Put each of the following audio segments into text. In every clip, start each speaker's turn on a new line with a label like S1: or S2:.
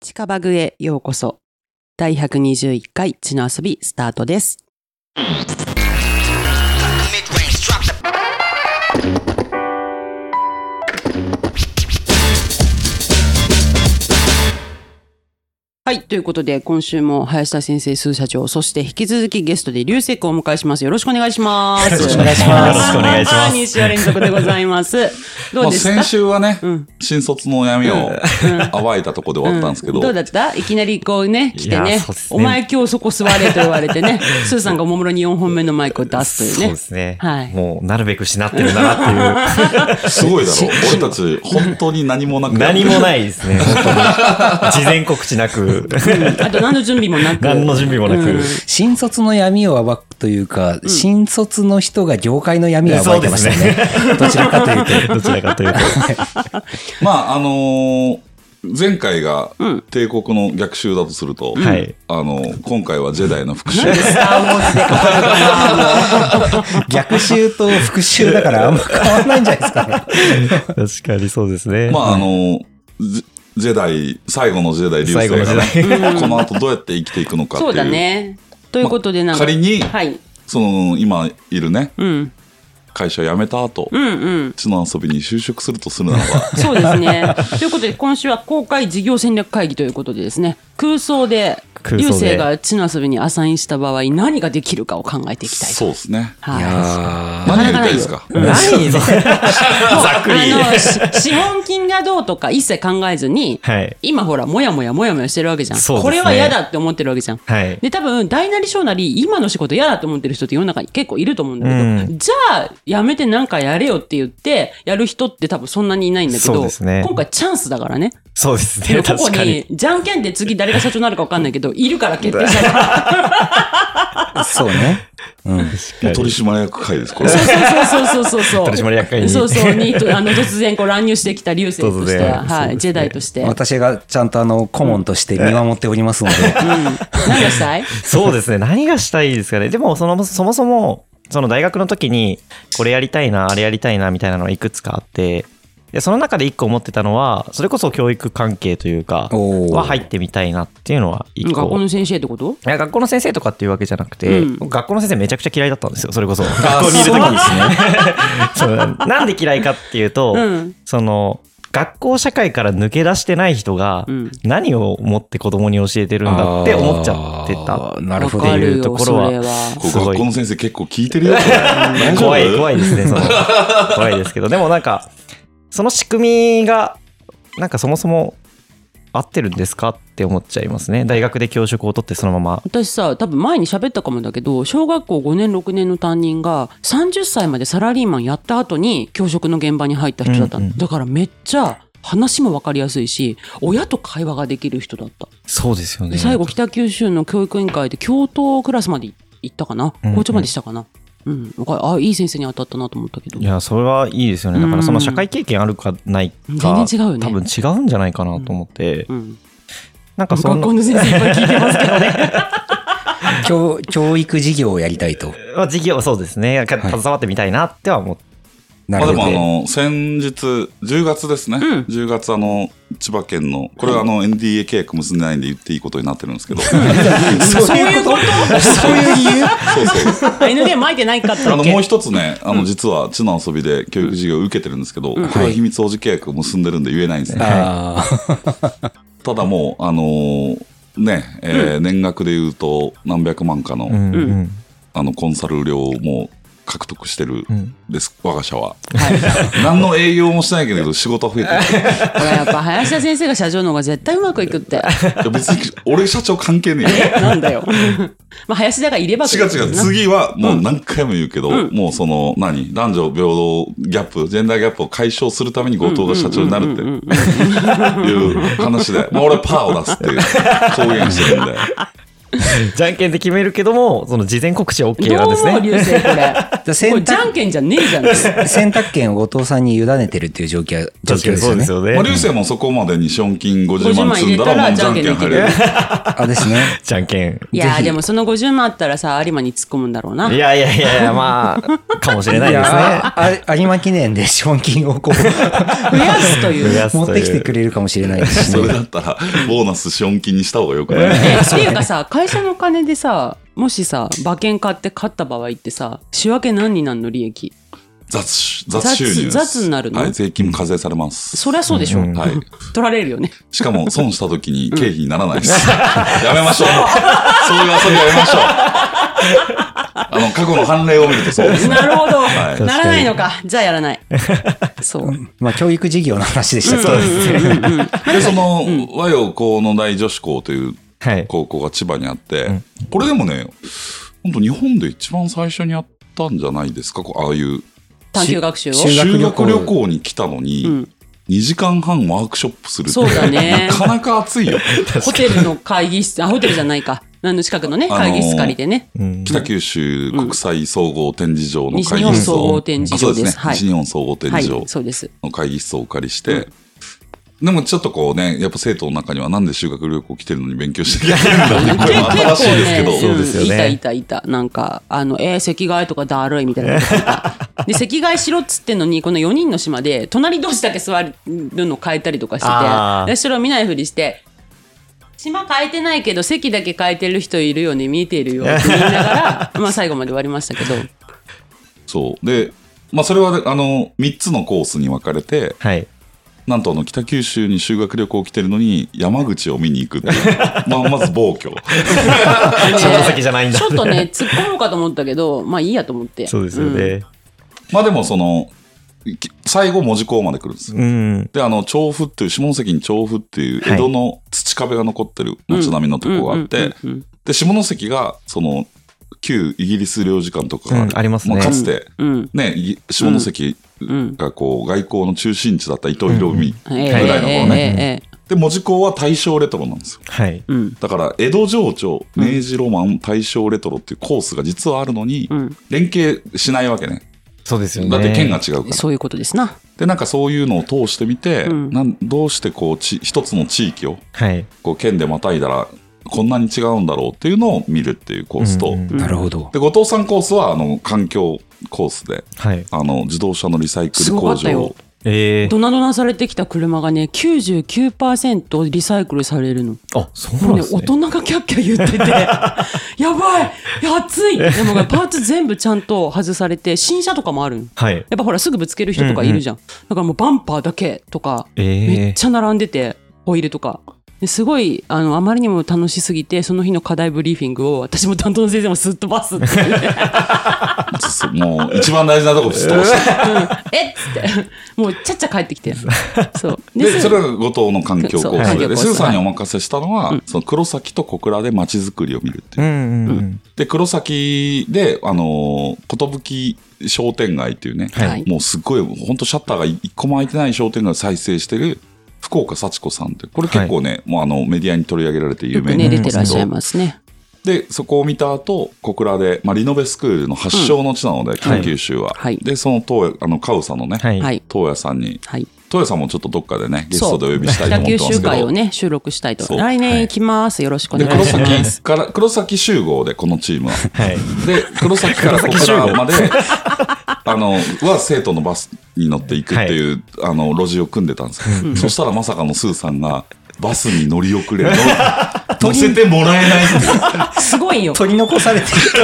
S1: 近バグへようこそ。第121回地の遊びスタートです。はい。ということで、今週も林田先生、スー社長、そして引き続きゲストで流星君をお迎えします。よろしくお願いします。
S2: よろしくお願いしますよろしくお
S3: 願いします
S1: 2週連続でございます。どうでした
S2: 先週はね、
S1: うん
S2: 新卒の悩みを暴いたとこで終わったんですけど、
S1: うだったいきなりこうね、来て
S3: い
S1: ね
S3: やそうっすね
S1: お前今日そこ座れと言われて ね、スーさんがおもむろに4本目のマイクを出すと
S3: そう
S1: いう
S3: で
S1: ね。
S3: すね。
S1: はい
S3: もう、なるべくしなってるなってい
S2: すごいだろ。俺たち、本当に何もな く。
S3: う。何もないですね、本当に。事前告知なく、
S1: うんあと何の準備もなく。
S3: 何の準備もなく。
S4: 新卒の闇を暴くというか、新卒の人が業界の闇を暴いてましたね。どちらかというと。
S3: どちらかというと。
S2: まあ、あのー前回が帝国の逆襲だとすると、
S3: はい
S2: あのー今回はジェダイの復讐。
S1: スターウォーズで語る
S4: 逆襲と復讐だからあんま変わらないんじゃないですかね。
S3: 確かにそうですね。
S2: まあ、あのージジェダイ、最後のジェダイ流
S3: 最
S2: 星
S3: 後の時
S2: が、
S3: 代。
S2: この後どうやって生きていくのかってい。
S1: そううだね。ということで、なんか。
S2: 仮に、
S1: はい。
S2: その、今いるね、
S1: うん。
S2: 会社辞めた後、
S1: うんうん。
S2: 地の遊びに就職するとするならば、
S1: そうです ね。ということで、今週は公開事業戦略会議ということでですね、空想で、
S3: 空
S1: 流
S3: 想で
S1: 星が地の遊びにアサインした場合、何ができるかを考えていきたいと。
S2: そうですね。
S1: はい。
S2: 何やりたいですか
S3: ないぞ。ざっくり。
S1: あのし資本金がどうとか一切考えずに、
S3: はい
S1: 今ほらもやもやもやもやしてるわけじゃん、
S3: そうです
S1: こ
S3: ね
S1: れは嫌だって思ってるわけじゃん、
S3: はい
S1: で多分大なり小なり今の仕事嫌だって思ってる人って世の中に結構いると思うんだけど、
S3: うん
S1: じゃあやめてなんかやれよって言ってやる人って多分そんなにいないんだけ
S3: そう
S1: ど、
S3: ですね
S1: 今回チャンスだからね
S3: そうです
S1: で
S3: ね、
S1: ここ
S3: 確かに
S1: に。じゃんけんで次誰が社長になるか分かんないけどいるから決定したから
S4: そうね。
S2: 取締役会です、これ。
S1: そうそうそうそうそうそう。
S3: 取締役会に
S1: そうそう、に、あの、突然こう乱入してきた流星としては、
S3: 突然
S1: は
S3: そうです
S1: い、
S3: ね
S1: ジェダイとして。うん。
S4: 私がちゃんとあの、顧問として見守っておりますので。
S1: 何がしたい
S3: そうですね。何がしたいですかね。でも、その、そもそも、その大学の時に、これやりたいな、あれやりたいな、みたいなのがいくつかあって、で、その中で一個思ってたのは、それこそ教育関係というか、
S4: おー
S3: は入ってみたいなっていうのは一
S1: 学
S3: 個。
S1: 校の先生ってこと
S3: いや学校の先生とかっていうわけじゃなくて、
S1: うん
S3: 学校の先生めちゃくちゃ嫌いだったんですよそれこそ学校にいる時に ですねそうなんで嫌いかっていうと、
S1: うん
S3: その学校社会から抜け出してない人が
S1: うん
S3: 何を思って子供に教えてるんだって思っちゃってた
S4: あーなるほ
S1: わ
S4: ど
S1: か。る
S3: っていう
S1: よ、
S3: とこ
S1: そ
S3: ろは
S1: れは。
S2: こう
S3: すごい
S2: 学校の先生結構聞いてるよ。大丈夫
S3: 怖い怖いですねそ の怖いですけどでもなんかその仕組みがなんかそもそも合ってるんですかって思っちゃいますね大学で教職を取ってそのまま
S1: 私さ多分前に喋ったかもだけど小学校5年6年の担任が30歳までサラリーマンやった後に教職の現場に入った人だったの、
S3: うんうん
S1: だからめっちゃ話も分かりやすいし親と会話ができる人だった
S3: そうですよ
S1: で最後北九州の教育委員会で教頭クラスまで行ったかな、
S3: うんうん
S1: 校長までしたかなうんわかるあいい先生に当たったなと思ったけど
S3: いやそれはいいですよねだか
S1: うん
S3: らその社会経験あるかないか
S1: 全然違うよね
S3: 多分違うんじゃないかなと思って、
S1: うん、
S3: なんか
S1: 学
S3: そんな
S1: 校の先生いっぱい聞いて ますけどね
S4: 教教育事業をやりたいと。
S3: まあ事業はそうですねか
S4: はい
S3: 携わってみたいなっては思って、
S4: な
S2: ま
S4: る
S2: あ
S4: ほ
S2: で
S4: ど。
S2: もあの、先日、10月ですね。
S1: ん
S2: 10月あの、千葉県の、これはあの、NDA 契約結んでないんで言っていいことになってるんですけど。
S1: そういうこと
S2: そういう理由そうそう。
S1: ND 巻いてないかった
S2: あ
S1: っ
S2: の、
S1: け
S2: もう一つね、あの、実は、地の遊びで教育事業を受けてるんですけど、これは秘密保持契約を結んでるんで言えないんですね。
S4: あー
S2: ただもう、あのーね、えー年額で言うと何百万かの、
S3: うんうん
S2: あの、コンサル料をもう獲得してる
S3: ん
S2: です、我が社は。 何の営業もしてないけれど仕事は増えてる。
S1: ほらやっぱ林田先生が社長の方が絶対うまくいく って
S2: いや別に俺社長関係ねえよ。
S1: なんだよまあ林田がいれば
S2: 違う違う、次はもう何回も言うけど、もうその、何男女平等ギャップ、ジェンダーギャップを解消するために後藤が社長になるっていう話で、まあ俺はパーを出すっていう公言してるんで。
S3: じゃんけんで決めるけども、その事前告知は OK
S1: どう
S3: なんです
S1: 思う
S3: ね。
S1: 流星これ。
S4: じゃあ
S1: これ
S4: 選
S1: じゃん
S4: 択、
S1: けんじゃねえじゃん。
S4: 選択権を後藤さんに委ねてるっていう状況、状
S3: 確か
S4: 況で
S3: に
S4: す
S3: そ
S4: よ
S3: うで
S4: ね
S3: す。よね。
S2: まあ、流星もそこまでに賞金50
S1: 50
S2: 万
S1: 万
S2: 積んだら、もうじゃんけん入れる。
S4: あ、ですね。
S3: じゃんけん。
S1: いや
S4: ぜ
S1: ー
S4: ひ
S1: でもその50万あったらさ有馬に突っ込むんだろうない
S3: やいやいやいや、まあ、かもしれないですね。
S4: やあ有馬記念で賞金をこ
S1: 増やすという。
S3: 増
S1: え
S3: や
S4: う、
S3: すとい
S4: 持
S3: う
S4: ってきてくれるかもしれないですし
S2: それ
S4: ね。
S2: だったら、ボーナス賞金にした方がよくない
S1: っていうかさ会社の金でさもしさ馬券買って勝った場合ってさ仕分け何になんの利益
S2: 雑種、雑収入です。
S1: 雑雑になるの
S2: はい、税金も課税されます。
S1: そりゃそうでしょ、
S3: うん
S2: はい。
S1: 取られるよね
S2: しかも、損した時に経費にならないです。 やめましょう。そういう遊びやめましょ う。あの、過去の判例を見るとそうですね。
S1: なるほど、
S2: はい
S1: ならないのかじゃあやら ないそう
S4: まあ、教育事業の話でしたけど
S3: そうですね。
S2: で、その、和洋高の大女子校という
S3: はい。
S2: 高校が千葉にあって、これでもね、本当日本で一番最初にやったんじゃないですか、こうああいう
S1: 探究学習を
S4: し修
S2: 修
S4: 学旅行
S2: 学旅行に来たのに、
S1: ん
S2: 2時間半ワークショップするって、
S1: そうだね
S2: なかなか暑いよ。
S1: ホテルの会議室あホテルじゃないか何の近くのね
S2: あのー
S1: 会議室借りてね、
S3: うん
S2: 北九州国際総合展示場の
S1: 西
S2: 会
S1: 日
S2: 議
S1: 本
S2: 室
S1: 総
S2: を、
S1: 合展示
S2: あそ
S1: 場
S2: う
S1: です
S2: ですね、
S1: はい
S2: 西日本総合展
S1: はい
S2: 示場
S1: そうです
S2: の会議室をお借りして、でもちょっとこうね、やっぱ生徒の中にはなんで修学旅行来てるのに勉強してきてるんだっていう声もあったらしいですけど、
S1: 結
S3: そ
S1: 構
S3: うですよね
S1: いたいたいた。なんか、あの、えー、席替えとかだるいみたい なこと言った。で、席替えしろっつってんのに、この4人の島で、隣同士だけ座るの変えたりとかして
S3: あー
S1: て、で、それを見ないふりして、島変えてないけど、席だけ変えてる人いるよね、見えているよって言いなが ら、まあ最後まで終わりましたけど、
S2: そう。で、まあそれはね、あの、3つのコースに分かれて、
S3: はい。
S2: なんとあの、北九州に修学旅行来てるのに、山口を見に行くっていう。まあ、まず暴挙。
S3: 下関じゃないんだ
S1: ちょっとね、突っ込もうかと思ったけど、まあいいやと思って。
S3: そうですよね。
S2: まあでもその、き最後文字港まで来るんですよ。
S3: うん。
S2: で、あの、調布っていう、下関に調布っていう、
S3: はい
S2: 江戸の土壁が残ってる町並みのとこがあって、
S1: うんうんうん
S2: で、下関が、その、旧イギリス領事館とかがある
S3: うんありますね
S2: あかつて、
S1: うん。
S2: ね、い下関
S1: ん
S2: がこう、外交の中心地だった伊藤博文
S1: ええ
S2: ぐらいの頃
S1: え
S2: ね。
S1: ええええ
S2: で、文字港は大正レトロなんですよ。
S3: はい。
S1: えうん。
S2: だから江戸情緒明治ロマン、大正レトロっていうコースが実はあるのに、
S1: ん
S2: 連携しないわけね
S3: そうですよね。
S2: だって県が違うから、
S1: そういうことですな。
S2: でなんかそういうのを通してみて、
S1: うん
S2: なんどうしてこうち一つの地域を
S3: はい。
S2: こう県でまたいだらこんなに違うんだろうっていうのを見るっていうコースと、
S3: うんうん
S4: なるほど。
S2: で後藤さんコースはあの環境コースで
S3: はい。
S2: あの自動車のリサイクル
S1: すごか
S2: 工
S1: った
S2: 場
S1: よ
S2: を
S3: ええ
S1: ドナドナされてきた車がね99%リサイクルされるの。
S3: あ、そう
S1: も
S3: な
S1: うんね
S3: で、す
S1: 大
S3: ね。
S1: 人がキャッキャ言ってて、やばい、熱い、でもパーツ全部ちゃんと外されて、新車とかもあるの
S3: はい。
S1: やっぱほら、すぐぶつける人とかいるじゃん。だからもうバンパーだけとか、
S3: え
S1: め
S3: え
S1: っちゃ並んでて、ホイールとか。ですごいあのあまりにも楽しすぎてその日の課題ブリーフィングを私も担当の先生もすっ飛ばすっていうね
S2: そもう一番大事なとこぶっ通して
S1: えっつってもうちゃっちゃ帰ってきてそう
S2: で
S1: です
S2: それが後藤の環境
S1: そ
S2: コー
S1: う
S2: ス
S1: 環境コ
S2: で
S1: ース
S2: すぐさんにお任せしたのは、その黒崎と小倉で街づくりを見るっていう
S3: う。んうんうん。
S2: で、黒崎で、あのー、寿商店街っていうね、
S1: はい
S2: もうすっごい、本当シャッターが一個も開いてない商店街を再生してる、福岡幸子さんって、これ結構ね、もうあの、メディアに取り上げられて有
S1: よく
S2: 名
S1: ね
S2: にな
S1: 出
S2: んで
S1: て
S2: す
S1: らっ
S2: け
S1: しゃい
S2: ど、
S1: ますね
S2: で、そこを見た後、小倉で、まあ、リノベスクールの発祥の地なので、北九州は。
S1: はい
S2: で、その、東あの、カウさんのね、
S3: は。
S1: はいい
S2: 東屋さんに、
S1: はい
S2: 東屋さんもちょっとどっかでね、ゲス
S1: そう
S2: トでお呼びしたいと
S1: 北
S2: 思って
S1: 九
S2: ます
S1: 州
S2: けど
S1: 会を、ね収録したいと
S2: そう
S1: 来年行きます、よろしくお
S2: で、
S1: 願
S2: 黒
S1: いします
S2: 崎から、黒崎集合で、このチームは。
S3: はい。
S2: で、黒崎から小倉まで、あの、は生徒のバスに乗っていくっていう、あの、路地を組んでたんですよ。そしたらまさかのスーさんが、バスに乗り 遅れ、乗乗せてもらえないんですよ
S1: すごいよ
S4: 取り残されて
S1: シュ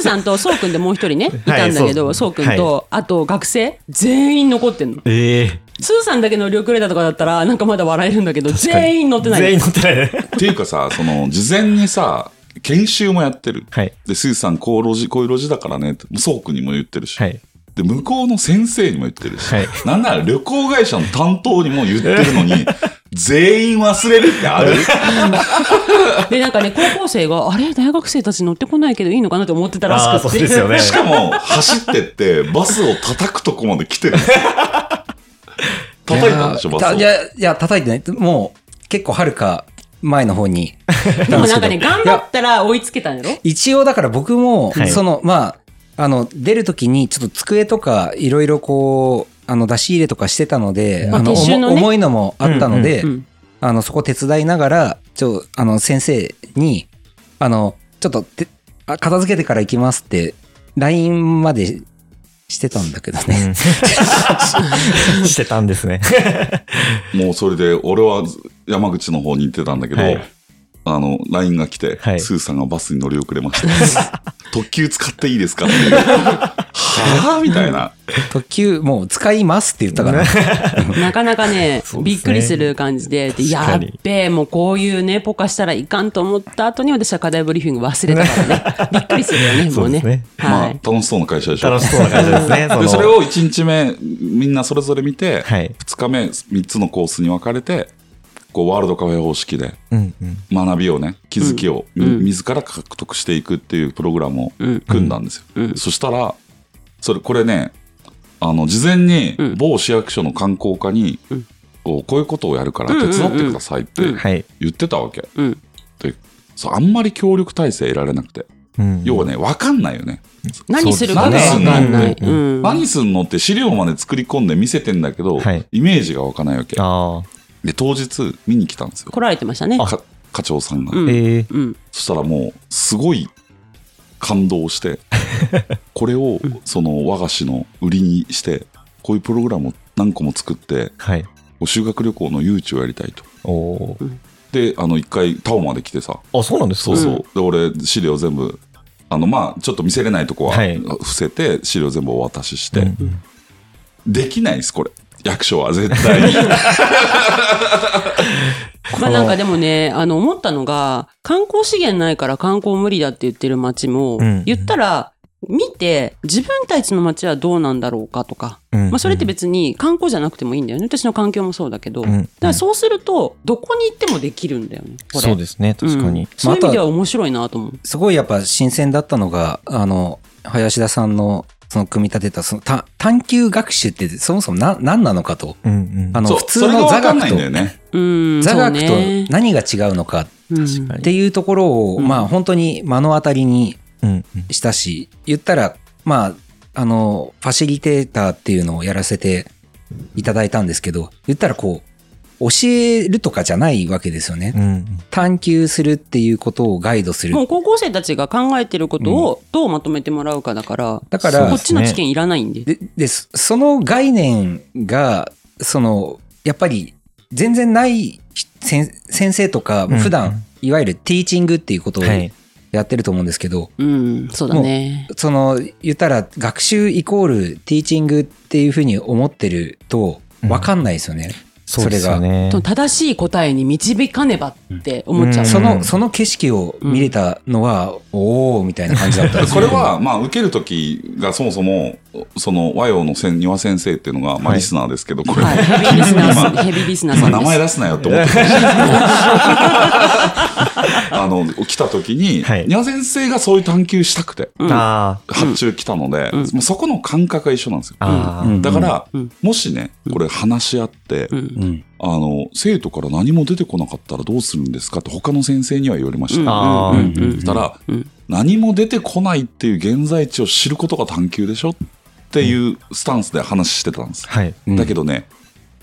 S1: ウさんとそうくんでもう一人ねいたんだけ
S3: は
S1: どそ
S3: いそうう
S1: くんとあと学生全員残ってんの
S3: ええ
S1: スーさんだけ乗り遅れたとかだったらなんかまだ笑えるんだけど全員乗ってない
S3: 全員乗ってないね。
S2: っていうかさ、その、事前にさ、研修もやってる。
S3: はい。
S2: で、スーさん、こう路地、こういう路地だからねって、そうくんにも言ってるし。
S3: はい。
S2: で、向こうの先生にも言ってるし。
S3: はい
S2: なんなら旅行会社の担当にも言ってる のに、全員忘れるってある
S1: でなんかね高校生があれ大学生たち乗ってこないけどいいのかなと思ってたら
S3: ああ、
S1: しくっ
S3: そう
S1: て
S3: ですよね。
S2: しかも、走ってって、バスを叩くとこまで 来てるんですよ。叩いたんでしょ、バスを。
S4: いや、いや、叩いてない。もう、結構はるか前の方に行った
S1: で
S4: ん
S1: も
S4: です
S1: なんか
S4: けど。
S1: ね、
S4: い
S1: 頑張
S4: や
S1: ったら追いつけたんやろ
S4: 一応だから僕も、
S3: はい
S4: その、まあ、あの、出るときに、ちょっと机とか、いろいろこう、あの、出し入れとかしてたので、
S1: まあ
S4: あの、
S1: 撤収
S4: 重
S1: のね
S4: 重いのもあったので、
S1: うん。
S4: あの、そこ手伝いながら、ちょ、あの、先生に、あの、ちょっとて、あ片付けてから行きますって、LINE までしてたんだけど ね。
S3: うんしてたんですね。
S2: もうそれで、俺は山口の方に行ってたんだけど、
S3: はい
S2: あの、LINE が来て、
S3: はい
S2: スーさんがバスに乗り遅 れました。特急使っていいですかっていう。はぁみたいな。
S4: 特急、もう使いますって言ったから、
S1: なかなかね
S3: そうで
S1: び
S3: すね
S1: っくりする感じで、で
S3: 確か
S1: やっ
S3: に
S1: べえ、もうこういうね、ポカしたらいかんと思った後に私は課題ブリーフィング忘れたからね、 びっくりするよね、もう
S3: そうです
S1: ね
S3: ね。
S2: まあ
S1: はい、
S2: 楽しそうな会社でしょ。
S3: 楽しそうな感じですね。の
S2: で、それを1日目、みんなそれぞれ見て、
S3: はい
S2: 2日目、3つのコースに分かれて、こう、ワールドカフェ方式で
S3: うんうん。
S2: 学びをね、気づきを、み
S1: うん
S2: 自ら獲得していくっていうプログラムを
S1: うん
S2: 組んだんですよ。
S1: うん
S2: そしたら、それ、これね、あの、事前に
S1: うん
S2: 某市役所の観光課に、
S1: うん
S2: こうこういうことをやるから
S1: うんうんう
S2: 手
S1: ん
S2: 伝ってくださいって
S3: はい。
S2: 言ってたわけ。
S1: うん
S2: でそうあんまり協力体制得られなくて。
S3: うん
S2: 要はね、わかんないよね。
S1: 何するかが分かんない。
S3: そうですね
S1: うん
S2: 何すんのって資料まで作り込んで見せてんだけど、
S3: はい
S2: イメージがわかないわけ。
S3: あ
S2: で、当日見に来たんですよ。
S1: 来られてましたね。
S2: か課長さんが。
S1: う
S3: あ。
S1: ん
S3: ええ。
S1: うん、
S2: そしたらもう、すごい感動して、これを、その、我が市の売りにして、こういうプログラムを何個も作って、
S3: はい。
S2: 修学旅行の誘致をやりたいと。
S3: おおー。
S2: で、あの、一回、タオまで来てさ、
S3: あ、そうなんです
S2: そうそう。で、俺、資料全部、あの、まあちょっと見せれないとこは
S3: はい
S2: 伏せて、資料全部お渡しして、
S3: うんうん
S2: できないです、これ。役所は絶対に。
S1: まあなんかでもね、あの思ったのが、観光資源ないから観光無理だって言ってる街も、
S3: うん
S1: 言ったら、見て、自分たちの街はどうなんだろうかとか、
S3: うん
S1: まあ、それって別に観光じゃなくてもいいんだよね。私の環境もそうだけど。
S3: うんうん
S1: だからそうすると、どこに行ってもできるんだよね。これ
S3: そうですね、確かに。
S1: うんそういう意味では面白いなと思う。
S4: すごいやっぱ新鮮だったのが、あの、林田さんの、その組み立てた、そのた探求学習ってそもそもな何なのかと。
S3: うんうん
S4: あの、
S2: そう
S4: 普通の座
S2: それがわかんない
S4: 学と
S2: んだ、よね。
S1: うん、
S4: 座学
S1: そう
S4: と
S1: ね
S4: 何が違うのか
S1: うん
S3: 確か
S4: っ
S3: に。
S4: ていうところを、
S1: うん
S4: まあ本当に目の当たりに
S3: うんうん
S4: したし、言ったら、まあ、あの、ファシリテーターっていうのをやらせていただいたんですけど、言ったらこう、教えるとかじゃないわけですよね。
S3: うんうん
S4: 探求するっていうことをガイドする。
S1: もう高校生たちが考えてることをどうまとめてもらうかだから、
S4: だから
S1: こっちの知見いらないんで。
S4: でで、そその概念が、その、やっぱり全然ない先先生とか、
S3: ん
S4: 普段、いわゆるティーチングっていうことを
S3: はい。
S4: やってると思うんですけど、
S1: うん、そうだね。
S4: その言ったら学習イコールティーチングっていうふうに思ってると
S3: うん
S4: 分かんないですよね、
S3: そうですよね。
S1: と正しい答えに導かねばって思っちゃう。
S3: うん
S4: そのその景色を見れたのは、おおみたいな感じだったんです
S2: こ
S4: け
S2: れ
S4: ど
S2: は、まあ、受けるときがそもそも、その、和洋のせん庭先生っていうのが、
S3: は
S2: まあ、
S3: い
S2: リスナーですけど、これ、
S1: はい、ヘビーリスナーさん、ヘビーリスナーさ
S2: 今、
S1: んで
S2: 名
S1: す。
S2: 前出すなよって思ってま したけど、あの、来たときに、
S3: はい
S2: 庭先生がそういう探求したくて、
S1: うん
S3: あー
S2: 発注来たので、もうそこの感覚が一緒なんですよ。
S3: あー。
S4: うん
S2: だから、
S1: うん
S2: もしね、これ話し合って、
S1: うん
S4: うん
S2: あの、生徒から何も出てこなかったらどうするんですかって他の先生には言われました。
S3: あー
S1: うんうんうん
S2: そしたら、
S1: うん
S2: 何も出てこないっていう現在地を知ることが探求でしょっていうスタンスで話してたんです、
S3: はい。
S4: うん
S2: だけどね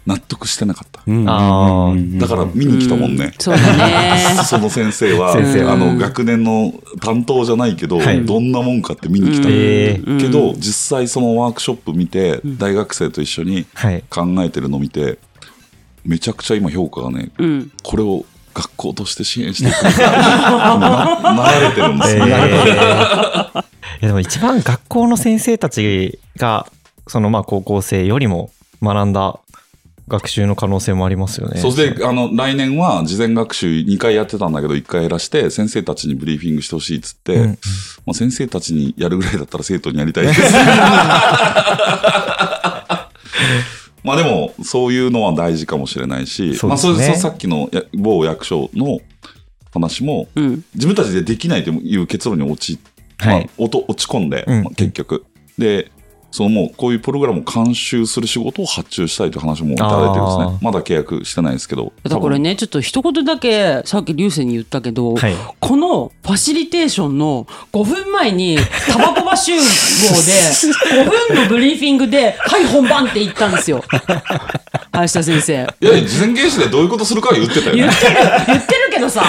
S2: 納得してなかった、
S4: うん
S3: あー
S2: だから見に来たもんね、
S1: そうだね。
S2: その先生は
S3: 先生は
S2: あ
S1: う
S2: の
S1: ん
S2: 学年の担当じゃないけど、
S3: はい
S2: どんなもんかって見に来た、
S1: うん
S3: えー
S2: けど実際そのワークショップ見て、大学生と一緒に
S3: はい。
S2: 考えてるの見てめちゃくちゃ今評価がね
S1: うん、
S2: これを学校として支援していくん だななられてるんです
S3: えー
S2: よ、
S3: いやでも一番学校の先生たちが、そのまあ高校生よりも学んだ学習の可能性もありますよね。
S2: そして、あの、来年は事前学習2回やってたんだけど、1回減らして、先生たちにブリーフィングしてほしいっつって、
S3: うんうん
S2: まあ、先生たちにやるぐらいだったら生徒にやりた いです。まあでも、そういうのは大事かもしれないし、
S3: そう
S2: ま
S3: で
S2: あ
S3: す
S2: そ
S3: ね
S2: れそさっきのや某役所の話も、
S1: うん、
S2: 自分たちでできないという結論に陥っ
S3: は
S2: まあ
S3: い。
S2: おと落ち込んで、
S3: うん
S2: まあ結局。で、そのもうこういうプログラムを監修する仕事を発注したいという話もいただいてるんですね
S3: あ。ー
S2: まだ契約してないんですけど。
S1: だからねちょっと一言だけさっき流星に言ったけど、
S3: はい
S1: このファシリテーションの5分前にタバコ場集合で5分のブリーフィングで「はい本番」って言ったんですよ林田先生。
S2: 多分。いや、事前研修でどういうことするかは言ってたよ
S1: 言
S2: ね。
S1: ってる言ってるけどさ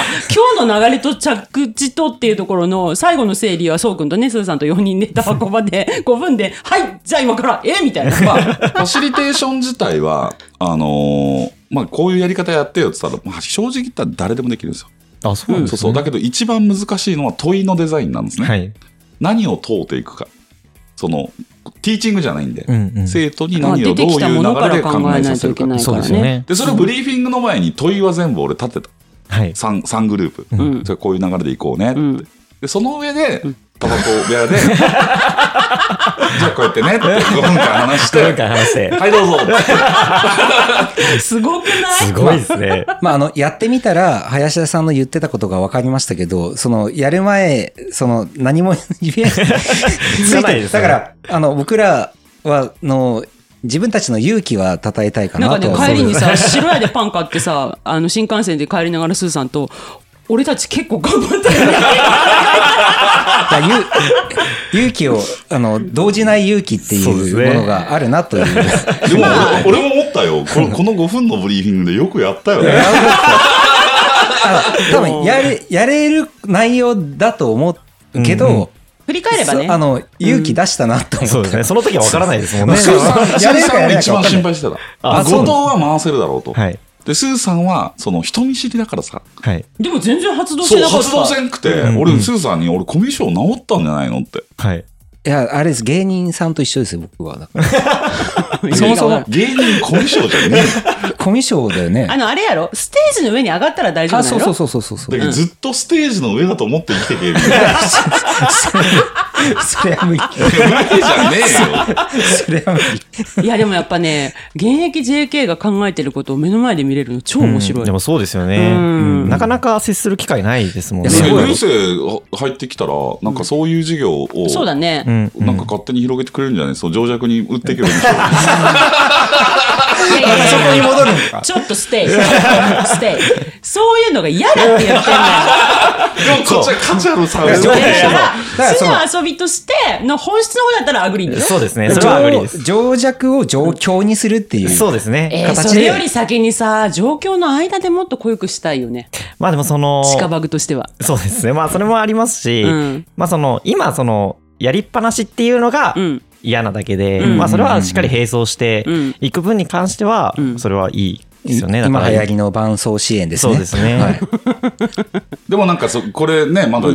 S1: 今日の流れと着地とっていうところの最後の整理はそうくんとねすーさんと4人でタバコ場で5分で「はいじゃあ今からえみたいな。
S2: まあ、ファシリテーション自体は、あのーまあ、こういうやり方やってよって言ったら、まあ、正直言ったら誰でもできるんですよ。
S3: あ、そうなんで
S2: そう
S3: す
S2: そう。だけど、一番難しいのは問いのデザインなんですね。
S3: はい。
S2: 何を問うていくか。その、ティーチングじゃないんで、
S3: うんうん
S2: 生徒に
S1: まあ
S2: 何
S1: 出
S2: をど
S1: て
S2: ういう
S1: きたものか
S2: 流
S1: ら
S2: れで
S1: 考
S2: 考
S1: え
S2: え
S1: な
S2: さ
S1: い
S2: せ
S1: とい
S2: る
S1: け
S2: か。
S1: ないか
S3: そう
S1: ら
S3: ですよ
S1: ね。
S3: ね。
S2: で、それをブリーフィングの前に問いは全部俺立てた。
S3: はい。
S2: 3, 三グループ、
S3: ん
S2: それこういう流れでいこうねって、
S1: うん
S2: でその上で、タバコ部屋 でじゃあこうやってねって5分間話して
S3: 今回話 して。
S2: はいどう ぞって
S1: すごくない
S3: すごいですね。
S4: まあ、あの、やってみたら、林田さんの言ってたことが分かりましたけど、その、やる前、その、何も言 えない。つ
S3: かないです
S4: だ
S3: ね
S4: から、あの、僕らは、の、自分たちの勇気は称えたいか
S1: なん
S4: な
S1: か
S4: と
S1: ね
S4: は
S1: 帰りに
S4: そ
S1: さ
S4: う
S1: 白屋でパン買ってさ あの新幹線で帰りながらすーさんと「俺たち結構頑張ったよ ね」
S4: だからゆ勇気を、あの、動じない勇気ってい
S3: そうです
S4: う
S3: ね
S4: ものがあるなという。
S2: でも 俺俺も思ったよこのこの5分のブリーフィングでよくやったよね
S4: あの多分やれ、やれる内容だと思うけど、
S3: うんうん
S1: 振り返れば
S4: そあ
S1: ね
S4: の、勇気出したなと思った。
S3: そうですね。その時は分からないですもんね。
S4: そうそう
S2: さん
S4: やれるか
S2: さん
S4: や
S2: が
S4: れない
S2: 一
S4: か
S2: 番
S4: 分かんない
S2: 心配してた
S3: あ
S2: 後
S3: そう
S2: 藤
S3: な
S2: は回せるだろうと、
S3: はい。
S2: でスーさんはその人見知りだからさ
S3: はい。
S1: でも全然発動し
S2: そ
S1: て
S2: う
S1: なかっ
S2: 発動せ
S1: た
S2: んくて、
S3: うんうん
S2: 俺スーさんに俺コミュ障治ったんじゃないのって
S3: はい。
S4: いや、あれです。芸人さんと一緒ですよ、僕は。だから
S1: そもそも
S2: 芸人コミュ障じゃねえ
S4: コミュ障だよね
S1: あ。のあれやろステージの上に上がったら大丈夫
S4: あ、
S1: な
S4: そう
S1: の
S4: そうそうそうそうそう。
S2: だけどずっとステージの上だと思って生きてけみたいな。
S4: それは無理。
S2: じゃねえよ。
S4: それは無
S1: い
S4: 理。
S1: やでもやっぱね現役 JK が考えてることを目の前で見れるの超面白い、
S3: うんでもそうですよね。
S1: うん
S3: うんなかなか接する機会ないですもんね。
S4: すごい
S2: 流星入ってきたら、なんかそういう事業を、
S1: そうだね、
S3: うん。
S2: なんか勝手に広げてくれるんじゃないその情弱に売っていけばいいんでしょ
S1: いやいやいや
S4: そこに戻るのか。
S1: ちょっとステイステイそういうのが嫌だって言ってんだよ
S2: でもこっちは価値あるサービ
S4: ビ
S2: ス
S4: ス
S1: だ
S4: だ
S1: か
S4: か
S1: ら
S4: らそ
S1: 素
S4: の
S1: の遊びとしての本質の方だったらアグリーだよ
S3: そうですね。それは無理です。
S4: 情弱を状況にするっていう。
S3: そうですね。
S1: えー、
S4: 形で
S1: それより先にさ状況の間でもっと濃ゆくしたいよね
S3: まあでもその、
S1: 近場具としては、
S3: そうですね。まあそれもありますし、
S1: うん
S3: まあその、今その、やりっぱなしっていうのが
S1: うん
S3: 嫌なだけで、
S1: うん
S3: まあそれはしっかり並走して
S1: うん
S3: いく分に関しては
S1: ん、
S3: それはいいですよね。だか
S4: 今
S3: ら
S4: 流行りの伴奏支援ですね。
S3: そうですね
S4: はい
S2: でもなんかそ、これね、まだ、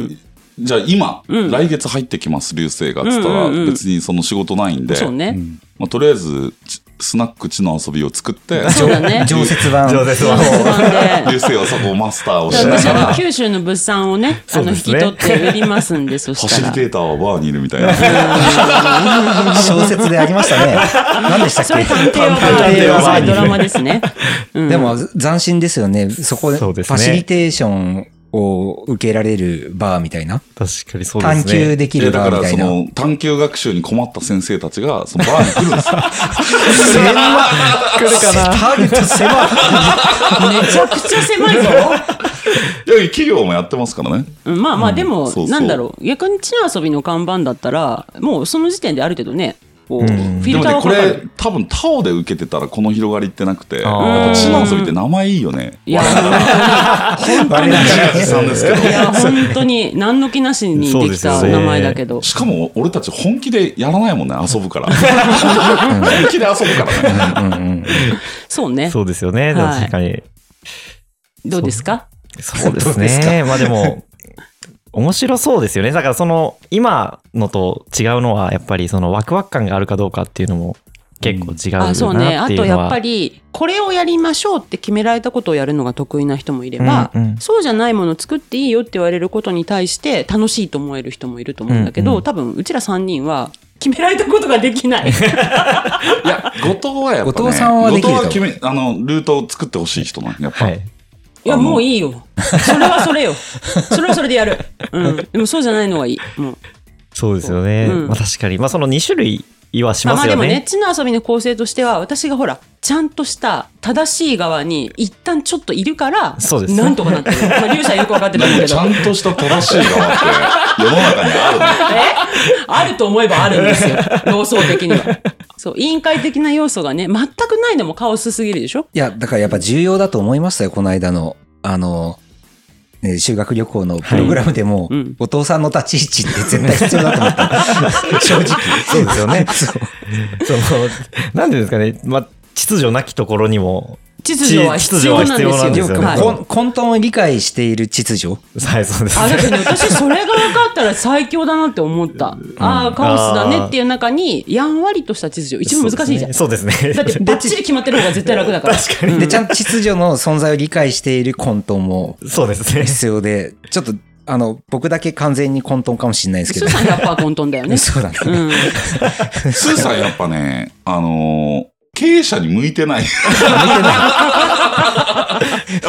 S2: じゃあ今、来月入ってきます、流星が。つったら、
S1: うんうんうん
S2: 別にその仕事ないんで、
S1: そうね、
S2: まあ、とりあえず、ちスナック地の遊びを作って、
S1: そうだ ね
S4: 常設版。
S3: 常設版
S1: なんで
S2: 流星はそこをマスターを
S1: だ
S2: し
S1: か
S2: な
S1: ら
S2: が
S1: その
S2: ら、
S1: 九州の物産をねあ
S3: そう
S1: の
S3: で
S1: 引き
S3: すね
S1: 取って売りますんでそ
S2: ファ
S1: し
S2: シ
S1: た
S2: リ
S1: ら
S2: テーターはバーにいるみたいな。
S4: 小説でありまし たね。何でしたっ
S1: それ
S4: け
S1: 探偵はバー
S3: 探
S1: で
S3: 偵は
S1: そ
S3: バー
S1: れ
S3: に
S1: ドラマですね、うん
S4: でも斬新ですよね。そこで、フ
S3: そうですね
S4: ァシリテーションを受けられるバーみたいな。
S3: 確かにそうで
S4: 探
S3: すね。
S4: 求でき
S2: いや
S4: る
S2: だ
S4: バ
S2: か
S4: ーみ
S2: ら
S4: た
S2: そ
S4: いな。
S2: の探究学習に困った先生たちがそのバーに来るんです よ
S3: 来るかな
S4: ターゲット狭い。
S1: めちゃくちゃ狭いぞ、
S2: いや企業もやってますからね
S1: うん、まあまあでも、
S2: そうそう
S1: なんだろう逆に地の遊びの看板だったらもうその時点である程度ねこう、フィ
S2: で
S1: ル
S2: も
S1: ター
S2: ね
S1: は
S2: こ
S1: かかる
S2: れ多分タオで受けてたらこの広がりってなくてやっ
S3: あー
S2: ぱ知能遊びって名前いいよね
S1: いや本当に
S4: 我々
S2: 自画自賛ですけど
S1: いや本当に何の気なしにできた名前だけど、
S2: しかも俺たち本気でやらないもんね遊ぶから 本気で遊ぶからね
S1: そうね
S3: そうですよね。
S1: はい
S3: 確かに。
S1: どうですか
S3: そうです
S4: どうです
S3: ね。まあでも、面白そうですよね。だからその、今のと違うのは、やっぱりそのワクワク感があるかどうかっていうのも結構違うな
S1: あ
S3: っていう
S1: そう
S3: のは。
S1: ねあとやっぱりこれをやりましょうって決められたことをやるのが得意な人もいれば、
S3: うんうん
S1: そうじゃないものを作っていいよって言われることに対して楽しいと思える人もいると思うんだけど、
S3: うんうん
S1: 多分うちら3人は決められたことができ ない
S2: いや後藤はやっぱね
S4: 後藤さんはできると思う
S2: 後藤は決めあのルートを作ってほしい人なんやっぱ
S3: はい。
S1: いやもういいよそれはそ れよそれはそれでやる、うん、でもそうじゃないのがいいもう
S3: そうですよね。
S1: うん
S3: まあ確かに。まあその2種類いはし
S1: あ
S3: ま
S1: ますあで
S3: よ
S1: もね
S3: ね。
S1: ちの遊びの構成としては私がほらちゃんとした正しい側に一旦ちょっといるから
S3: そうです
S1: なんとかなってる、まあ、勇者よく分かってたんだ
S2: なん
S1: け
S2: かち
S1: ど
S2: ゃんとした正しい側って世の中にあるね。
S1: えあると思えばあるんです よ論争的にはそう委員会的な要素がね全くないのもカオスすぎるでしょ
S4: いや、だからやっぱ重要だと思いましたよ、この間の。あの、ね、修学旅行のプログラムでも、
S1: いうん
S4: お父さんの立ち位置って絶対必要だと思った。正直。
S3: そうです よね。その、なんていうんですかね。まあ、秩序なきところにも、
S1: 秩序は
S3: ち
S1: 必要なんです よ
S3: 秩序は必要なんで
S4: よ
S3: す
S4: く
S3: よ
S1: は
S3: ね
S4: も、
S1: い
S4: こん混沌を理解している秩序。
S3: はい、そうです
S1: あだ
S3: ね。
S1: けど私それが分かったら最強だなって思った、ああカオスだねっていう中にやんわりとした秩序一番難しいじゃん、
S3: そうですね。
S1: だって バッチリ決まってる方が絶対楽 だから確か
S4: で、ちゃんと秩序の存在を理解している混沌も
S3: そうですね。
S4: 必要で、ちょっと、あの、僕だけ完全に混沌かもしれないですけ
S1: ス
S4: ど
S1: ー。さん100%混沌だよね
S4: そうだね。
S1: うん
S2: スーさんやっぱね、あのー経営者に向いてない。や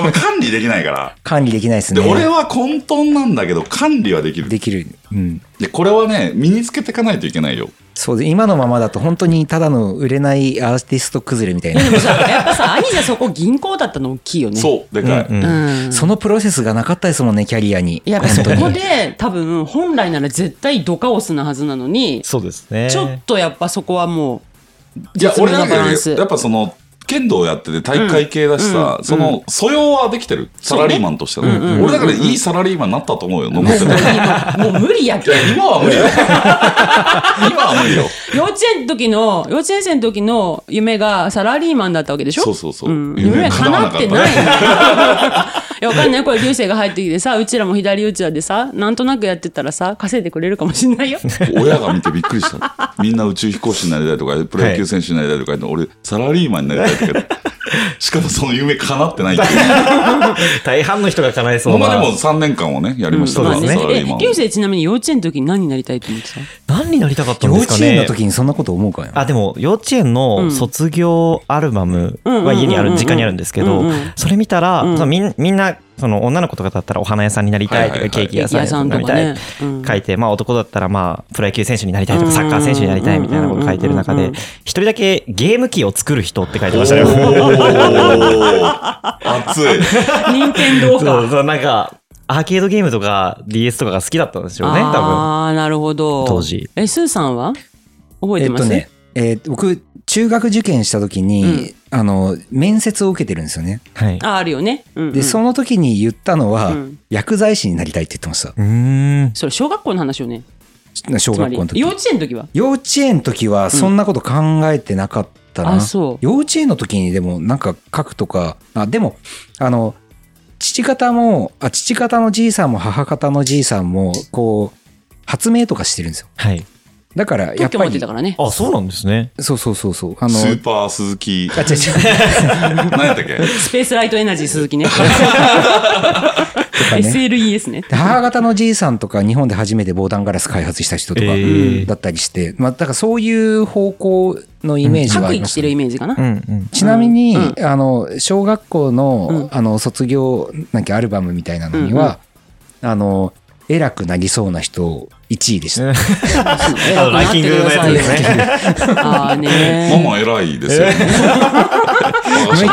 S2: っぱ管理できないから。
S4: 管理できないです
S2: で、
S4: ね。
S2: 俺は混沌なんだけど管理はできる。
S4: できる。うん。
S2: で、これはね、身につけていかないといけないよ。
S4: そうで、今のままだと本当にただの売れないアーティスト崩れみたいな。
S1: でもさやっぱさ兄じゃそこ銀行だったの大きいよね
S2: そう、でかい。
S3: うんうん
S1: うん
S4: そのプロセスがなかったですもんね、キャリアに。
S1: やっぱそ
S4: 本当に
S1: こで多分本来なら絶対ドカオスなはずなのに
S3: そうですね。
S1: ちょっとやっぱそこはもう
S2: いや、
S1: 絶
S2: 俺
S1: 妙な
S2: な
S1: んバ
S2: か
S1: ラ
S2: ね
S1: ンス
S2: やっぱその、剣道やってて大会系だしさ、その、素養はできてる。サラリーマンとしての。俺だからいいサラリーマンになったと思うよ、残ってて。
S1: もうもう無理やけん
S2: 今は無理よ。今は無理よ。
S1: 幼稚園の時の幼稚園生の時の夢がサラリーマンだったわけでしょ
S2: そうそうそう
S1: うん、
S2: 夢
S1: 夢
S2: 叶わ
S1: 叶
S2: なか
S1: っ
S2: って た
S1: ないいやわかんないこれ流星が入ってきてさうちらも左うちらでさなんとなくやってたらさ稼いでくれるかもしん ないよ
S2: 親が見てびっくりした。みんな宇宙飛行士になりたいとか、プロ野球選手になりたいとか言って、俺、サラリーマンになりたいとか。しかもその夢叶ってないっていう。
S3: 大半の人が叶えそう
S2: まあ
S3: な。
S2: でも3年間をね、やりましたから、
S3: うん
S2: サ
S3: そうですね
S2: ラ
S1: え
S2: リーマンを。
S1: 流星ちなみに幼稚園の時何になりたいと思 ってた
S3: 何になりたかったん
S4: 幼
S3: ですか
S4: 稚
S3: ね。
S4: 園の時にそんなこと思うかよ。
S3: あでも幼稚園
S1: う
S3: の
S1: ん
S3: 卒業アルバム
S1: うんうんうんう
S3: は
S1: ん
S3: 家にある実家にあるんですけ
S1: う
S3: ど
S1: んうん
S3: それ見たら
S1: うん
S3: そのみんみんなその女の子とかだったらお花屋さんになりたいと
S2: はい
S3: か
S2: は
S3: ケ
S2: いはい
S3: ーキ屋さんになりた
S1: ケー
S3: い
S1: キ屋さんとかねうん
S3: 書いてまあ男だったらまあプロ野球選手になりたいと
S1: うん
S3: かサッカー選手になりたいみたいなこと書いてる中
S1: うんうんうん
S3: で
S1: うん
S3: 一人だけゲーム機を作る人って書いて
S2: お
S3: ましたよ。
S2: ー熱い。
S1: 任天堂か
S3: そうそうなんかアーケードゲームとか DS とかが好きだったんですよね多分。
S1: ああなるほど
S3: 当時
S1: えスーさんは覚え
S4: え
S1: て
S4: っ
S1: ま
S4: と
S1: す、
S4: ね、えー僕、中学受験した時に、あの、面接を受けてるんですよね。
S3: はい、
S1: ああるよね、うんうん
S4: で、その時に言ったのは、
S1: うん
S4: 薬剤師になりたいって言ってまし
S3: うーん
S1: それ小学校の話よね
S4: た。小
S1: つま
S4: 学
S1: り
S4: 校の時
S1: 幼。稚園の時は
S4: 幼稚園の時はそんなこと考えてなかったな。
S1: あそう
S4: 幼稚園の時にでもなんか書くとか、あ、でも、あの、父方も、あ、父方のじいさんも母方のじいさんも、こう、発明とかしてるんですよ。
S3: はい、
S4: だから、やっ
S1: 特許
S4: ぱ
S1: 持って
S4: り
S1: た、からね
S3: あそうなんですね。
S4: そうそうそうそう、あの、
S2: スーパー鈴木。
S4: あ、違う違う。
S2: 何やったっけ
S1: スペースライトエナジー鈴木ね
S4: かね
S1: SLES ね
S4: で母方のじいさんとか日本で初めて防弾ガラス開発した人とか
S3: えー
S4: だったりして、まあだからそういう方向のイメージはあ
S1: 各
S4: り
S1: 生
S4: ま
S1: き
S4: す
S1: てるイメージかな、
S3: うんうん
S4: ちなみに、
S1: う
S4: あの小学校の,、
S1: う
S4: あの卒業なんかアルバムみたいなのには、あの偉くなりそうな人1位でした。
S1: え
S3: あのランキングのやつですね。
S1: ああ
S2: マ
S1: ね
S2: マ偉いですよね。コメン
S4: 向 い向い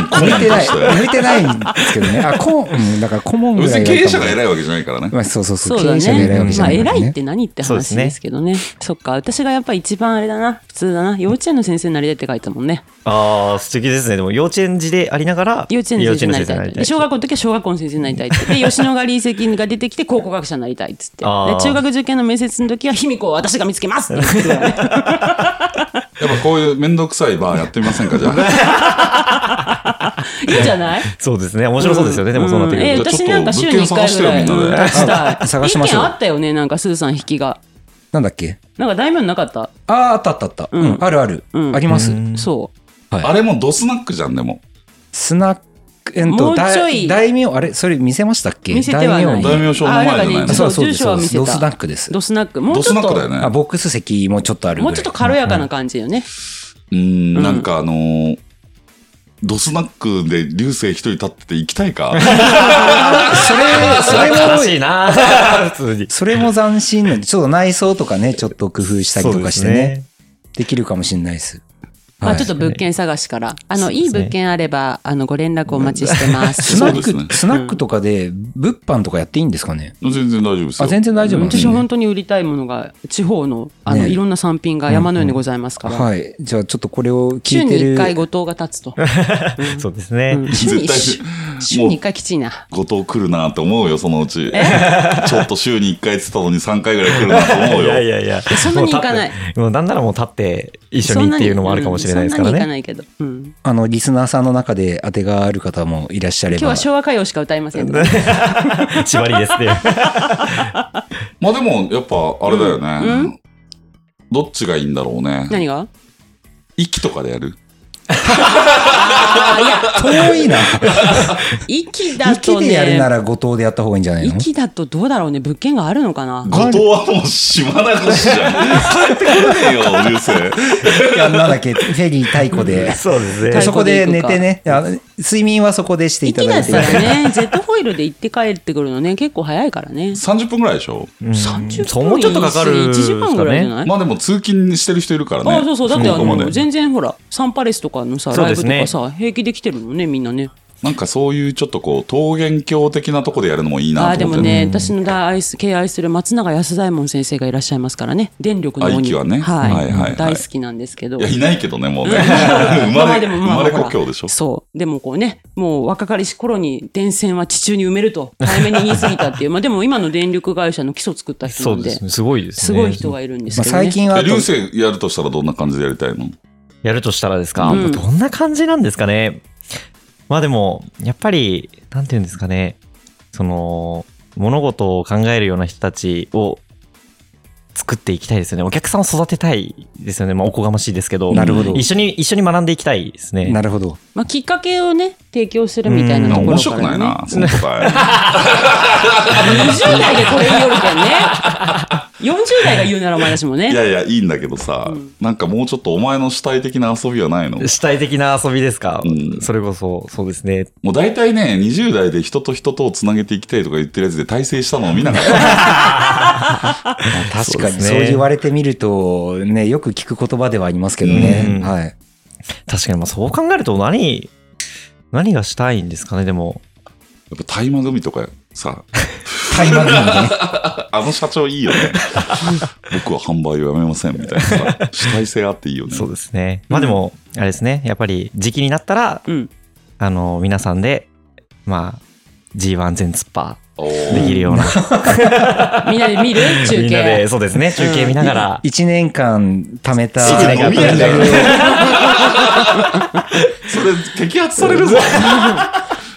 S2: ト
S4: てない
S2: して
S4: 向いてないんですけどね。あこう、うん、だから顧問ぐ
S2: 別
S4: らい
S2: に
S4: は
S2: 経営者が
S4: い
S2: 偉いわけじゃないからね
S4: ま。あ、そうそうそう
S1: そうだ
S4: 経営者が偉いわけ
S1: ね。
S4: じゃ
S1: まあ、
S4: ないから
S1: 偉
S4: ね
S1: いって何って
S3: そうです
S1: 話
S3: ね
S1: ですけどね。そっか、私がやっぱ一番あれだな。普通だな。幼稚園の先生になりたいって書いてたもんね。
S3: ああ、素敵ですね。でも幼稚園児でありながら、
S1: 幼稚園の先生になりたいって。で小学
S3: 校
S1: 校の時は小学校の先生になりたい って。で、吉野ヶ里遺跡が出てきて考古学者になりたいっつって。で、
S3: あー
S1: 中学受験の面接の時は、卑弥呼を私が見つけますって言ってたよね
S2: やっぱこういうめんどくさいバーやってみませんかじゃあ。
S1: いいんじゃない
S3: そうですね。面白そうですよね。でもそうなってく
S1: んえ
S3: る
S1: ー
S3: と。
S1: 私なんか週に1回ぐらい
S2: ちょっと物件探
S1: したい。
S4: 探しましょう
S1: 意見あったよね、なんかスーさん引きが。
S4: なんだっけ
S1: なんか大名なかった
S4: ああ、あったあったあった。
S1: うん
S4: うんあるある。
S1: うん
S4: あります。
S1: そう。
S2: あれもドスナックじゃん、でも。
S4: スナック、えっ
S1: も
S4: と、
S1: うちょ
S4: だ
S1: い
S4: い大名、あれそれ見せましたっけ
S1: 見せてはない。
S4: 大名
S2: 大名証の前じゃないの
S1: あなんか
S4: あ
S1: ね
S4: そう
S1: そう
S4: だそう
S1: 住
S4: です
S1: 所は見せた。
S4: そうですドスナックです
S1: ドスナック。もう
S2: ド
S1: ち
S2: ス
S1: ょ
S2: ナ
S1: っ
S2: ックだよ
S1: と、
S4: あ
S2: ね。
S4: ボックス席もちょっとあるぐ
S1: もう
S4: らい。
S1: ちょっと軽やかな感じよね。
S2: うん、なんかあのー、ドスナックで流星一人立ってて行きたいか
S4: それ、それ
S3: 悲
S4: も、
S3: しいな 普通に。
S4: それも斬新なんで、ちょっと内装とかね、ちょっと工夫したりとかしてね。できるかもしれないです。
S1: ま
S4: は
S1: あ
S4: い
S1: ちょっと物件探しから、あの、
S3: そうです
S1: い
S3: ね
S1: い物件あれば、あの、ご連絡お待ちしてま
S4: ス
S1: す
S2: そ
S4: ナ。
S2: うで
S4: ッ
S2: す
S4: ク、
S2: ね
S4: スナックとかで物販とかやっていいんですかね
S2: 全然大丈夫ですよ。
S4: あ、全然大丈夫なんです
S1: 私
S4: ね
S1: 本当に売りたいものが、地方の、あの、
S4: ね
S1: いろんな産品が山のようにございますから。
S4: はい。じゃあちょっとこれを聞
S1: 週
S4: い
S1: に
S4: て
S1: 1
S4: る。
S1: 回後藤が立つ と。
S3: そうですね。
S1: うん週に
S2: 絶対
S1: 週週に1回きちいな。
S2: 後藤来るなって思うよ、そのうち。 ちょっと週に1回って言ったのに3回ぐらい来るなと思う
S3: いやい
S2: よ。
S3: やいや。
S1: そんなに行かない
S3: もう立って。もうなんならもう立って一緒にっていうのもあるかもしれないですから
S1: そんなに行か
S3: ね。
S1: ないけど。うん
S4: あの、リスナーさんの中で当てがある方もいらっしゃれば。
S1: 今日は昭和歌謡しか歌いませんけど。
S3: 縛りですね。
S2: まあでも、やっぱ、あれだよね、
S1: うんう
S2: どっちがいいんだろうね。
S1: 何が
S2: 息とかでやる
S4: 遠いな。
S1: 息だ
S4: 息
S1: と
S4: でやるな
S1: ね、
S4: ら後藤でやった方がいいんじゃないの
S1: 息だとどうだろうね、物件があるのかな。
S2: 後藤はもう島流しじゃん。帰ってこれねえ よ、流星。
S4: いやなんだっけ、フェリー太鼓で。
S3: そうで
S1: 太
S3: すね
S1: 鼓。
S4: そこで寝てね。いや睡眠はそこでしていた
S1: 息
S4: だ
S1: だ
S4: い
S1: ってた。らね、 ジェットホイールで行って帰ってくるのね、結構早いからね。
S2: 30分ぐらいでしょ
S3: うん
S1: 30
S3: そう
S1: 分
S3: もうちょっとかかる
S1: 1時間ぐらいじゃない、
S2: まあでも通勤してる人いるからね。
S1: ああそうそうだってあ
S2: ここま
S1: の
S2: で
S1: 全然ほらサンパレスとかのさ
S3: そう
S1: ライ
S3: で
S1: ブ
S3: す
S1: と
S3: ね
S1: かさ、平気で来てるのねみんなね
S2: なんかそういうちょっとこう、桃源郷的なとこでやるのもいい
S1: あ
S2: な
S1: あ
S2: と
S1: で
S2: 思
S1: も
S2: って。
S1: ね私の大愛す敬愛する松永安左衛門先生がいらっしゃいますからね電力の
S2: あ
S1: 鬼
S2: 息はね
S1: はい
S2: はいはいはい
S1: 大好きなんですけど
S2: いや、いないけどね、もうね。
S1: まあ
S2: 生
S1: ま
S2: ま
S1: あ
S2: れ、
S1: でも
S2: 生
S1: まあ
S2: まれ
S1: ほら
S2: 故郷でしょ。
S1: そうでもこうねもう若かりし頃に電線は地中に埋める と早めに言い過ぎたっていうまあでも今の電力会社の基礎作った人
S3: そ
S1: な
S3: うんで
S1: です
S3: ね。すごいです
S1: す
S3: ね。
S1: ごい人がいるんです
S4: まあ
S1: けど、ね
S4: 最近は
S2: え
S4: あと
S2: 流、星やるとしたらどんな感じでやりたいの
S3: やるとしたらですか、
S1: うん
S3: どんな感じなんですかねまあでもやっぱりなんていうんですかねその物事を考えるような人たちを作っていきたいですよねお客さんを育てたいですよね、まあ、おこがましいですけど
S4: なるほど
S3: 一緒に一緒に学んでいきたいですね
S4: なるほど。
S1: まあ、きっかけをね提供するみたいなところから、ね、
S2: 面白くないな、その答 え。
S1: 20代でこれ言おるけんね。40代が言うならお前だしも
S2: い
S1: ね。
S2: やいや、いいんだけどさ、なんかもうちょっとお前の主体的な遊びはないの
S3: 主体的な遊びですか、
S2: うん
S3: それこそそうですね
S2: もう大体ね、20代で人と人とをつなげていきたいとか言ってるやつで体制したのを見なかった。
S3: そう
S4: 確かに
S3: です
S4: そ
S3: ね
S4: う言われてみると、ね、よく聞く言葉ではありますけどね
S3: う。ん
S4: はい。
S3: 確かにまあそう考えると何何がしたいんですかねでも
S2: やっぱ大麻組とかさ、
S4: タイマーね。
S2: あの社長いいよね。 僕は販売をやめませんみたいなさ、主体性あっていいよね。
S3: そうですねまあでも、あれですねやっぱり時期になったら
S1: うん。
S3: あの、皆さんで、まあ、G1 全突破
S2: お
S3: でき
S2: ー
S3: るような、
S1: みんなで見る中継。
S3: みんなで、そうですね、中継見ながら、
S4: 1年間貯めた。
S3: 一年間
S2: 飲み屋じゃん それ摘発されるぞ。